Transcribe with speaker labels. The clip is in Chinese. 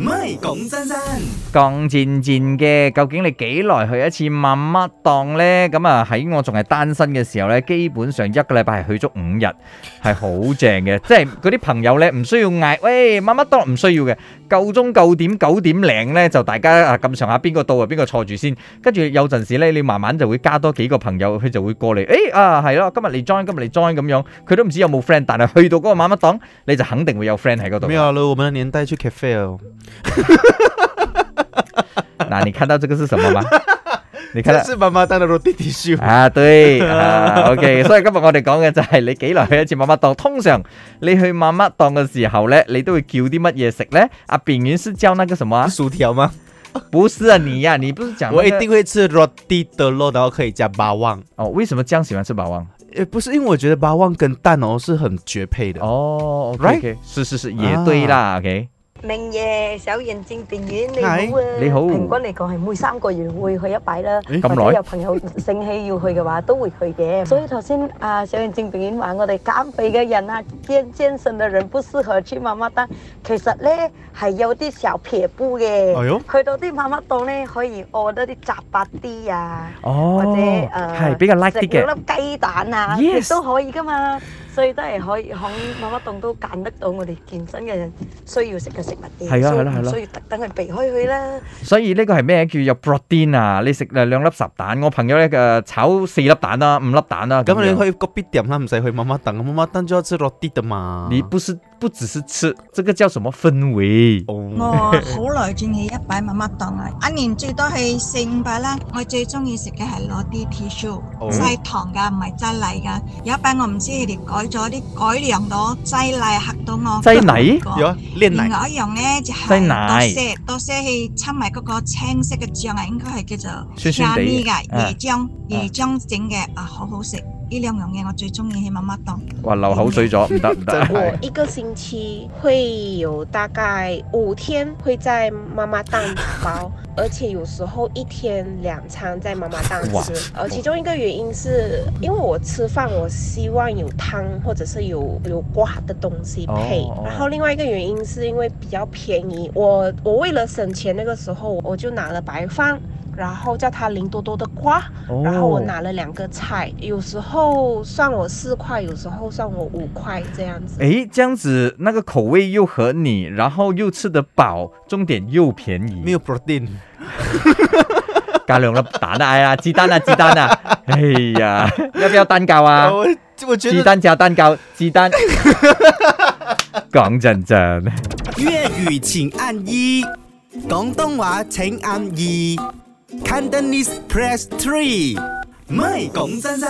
Speaker 1: 唔係講真真，
Speaker 2: 講戰戰嘅，究竟你幾耐去一次媽媽檔呢？咁啊喺我仲係單身嘅時候呢，基本上一個禮拜係去足五日，係好正嘅。 即係嗰啲朋友呢，唔需要嗌，喂媽媽檔唔需要嘅，夠鐘夠點九點零呢，就大家啊咁上下邊個到啊邊個坐住先。跟住有陣時呢，你慢慢就會加多幾個朋友，佢就會過嚟，誒、啊係咯，今日你 join，今日你 join 咁樣，佢都唔知有冇 friend，但係去到嗰個媽媽檔，你就肯定會有 friend 喺嗰度
Speaker 3: 没。有了，啊我们的年代去 cafe 哦，
Speaker 2: 嗱，你看到這個是什麼嗎？你看到
Speaker 3: 这。是妈妈当的 roti tissue。
Speaker 2: 啊，對啊 ，OK，所以今日我哋講嘅就係你幾耐去一次媽媽檔？通常你去媽媽檔嘅時候咧，你都會叫啲乜嘢食咧？阿炳云是叫那個什麼、啊？
Speaker 3: 薯条吗？
Speaker 2: 不是啊，你呀、你不是講、那個、
Speaker 3: 我一定会吃 roti 的肉，然后可以加巴旺。
Speaker 2: 哦？為什麼這樣喜歡吃霸王？
Speaker 3: 呃，不是，因为我觉得巴旺跟蛋哦是很绝配的。
Speaker 2: 哦
Speaker 3: Right？
Speaker 2: ，OK，是是是，也對啦，OK，
Speaker 4: 明夜首人正電院，你
Speaker 3: 係
Speaker 4: 好啊！
Speaker 2: 你好
Speaker 4: 平均嚟講係每三個月會去一擺啦，
Speaker 3: 咦
Speaker 2: 咁
Speaker 4: 或者
Speaker 2: 耐
Speaker 4: 有朋友盛氣要去嘅話，都會去嘅。所以頭先啊，首人正電院話我哋減肥嘅人啊，健健身嘅人不適合去媽媽檔。其實咧係有啲小撇步嘅，
Speaker 3: 哎呦
Speaker 4: 去到啲媽媽檔咧可以 order 啲雜八啲啊，
Speaker 2: 哦
Speaker 4: 或者誒，
Speaker 2: 係比較 like
Speaker 4: 食
Speaker 2: 啲嘅
Speaker 4: 嗰。粒雞蛋啊，
Speaker 2: Yes
Speaker 4: 亦都可以噶嘛。所以都係可以響媽媽檔都揀得到我哋健身嘅人需要食嘅食物嘅，
Speaker 2: 係啊
Speaker 4: 所以
Speaker 2: 係啦係啦
Speaker 4: 唔需要特登去避開佢啦。
Speaker 2: 所以呢個係咩叫有 protein 啊？你食誒兩粒烚蛋，我朋友咧誒炒四粒蛋啦、五粒蛋啊啦。
Speaker 3: 咁你
Speaker 2: 樣
Speaker 3: 可以個 B 點啦，唔使去媽媽檔，媽媽檔就要吃 roti 的嘛。
Speaker 2: 你不是不只是吃，這個叫什麼氛圍？
Speaker 3: 哦，
Speaker 5: 我好耐轉去一擺乜乜檔
Speaker 4: à.
Speaker 5: 啦，一年最多去四五擺啦。我最中意食嘅係攞啲 tissue，
Speaker 3: 哦
Speaker 5: 擠糖㗎，唔係擠奶㗎。有一擺我唔知佢哋改咗啲改良咗擠奶嚇到
Speaker 4: 哦
Speaker 5: 我。
Speaker 2: 擠奶
Speaker 3: 有啊，煉
Speaker 5: 另
Speaker 3: 奶
Speaker 5: 外一樣咧就係
Speaker 2: 擠
Speaker 5: 多
Speaker 2: 奶
Speaker 5: 些多些係襯埋嗰個青色嘅醬啊，應該係叫做
Speaker 2: 酸酸地嘅
Speaker 5: 㗎
Speaker 2: 啊
Speaker 5: 椰漿椰漿整嘅
Speaker 4: À,
Speaker 5: 啊，好好食。呢兩樣嘢我最中意喺乜乜檔。
Speaker 2: 哇，流口水咗，唔得唔得。
Speaker 6: 我一个星期会有大概五天会在妈妈档打 包，而且有时候一天两餐在妈妈档
Speaker 2: 哇
Speaker 6: 吃。呃，其中一个原因是因为我吃饭，我希望有汤或者是有有瓜的东西配。
Speaker 2: 哦哦
Speaker 6: 然后另外一个原因是因为比较便宜，我我为了省钱，那个时候我就拿了白饭，然后叫它淋多多的瓜。
Speaker 3: 哦
Speaker 6: 然后我拿了两个菜，有时候算我四块，有时候算我五块这样子。
Speaker 2: 诶，这样子那个口味又合你，然后又吃得饱，重点又便宜，
Speaker 3: 沒有 protein，
Speaker 2: 加两粒蛋啊！哎呀，鸡蛋啊，鸡蛋 啊！哎呀，要不要蛋糕啊？
Speaker 3: 我我觉
Speaker 2: 鸡
Speaker 3: 得
Speaker 2: 蛋加蛋糕，鸡蛋。讲真真，
Speaker 1: 粵語請按一，廣東話請按二，Cantonese press three。唔係講真真。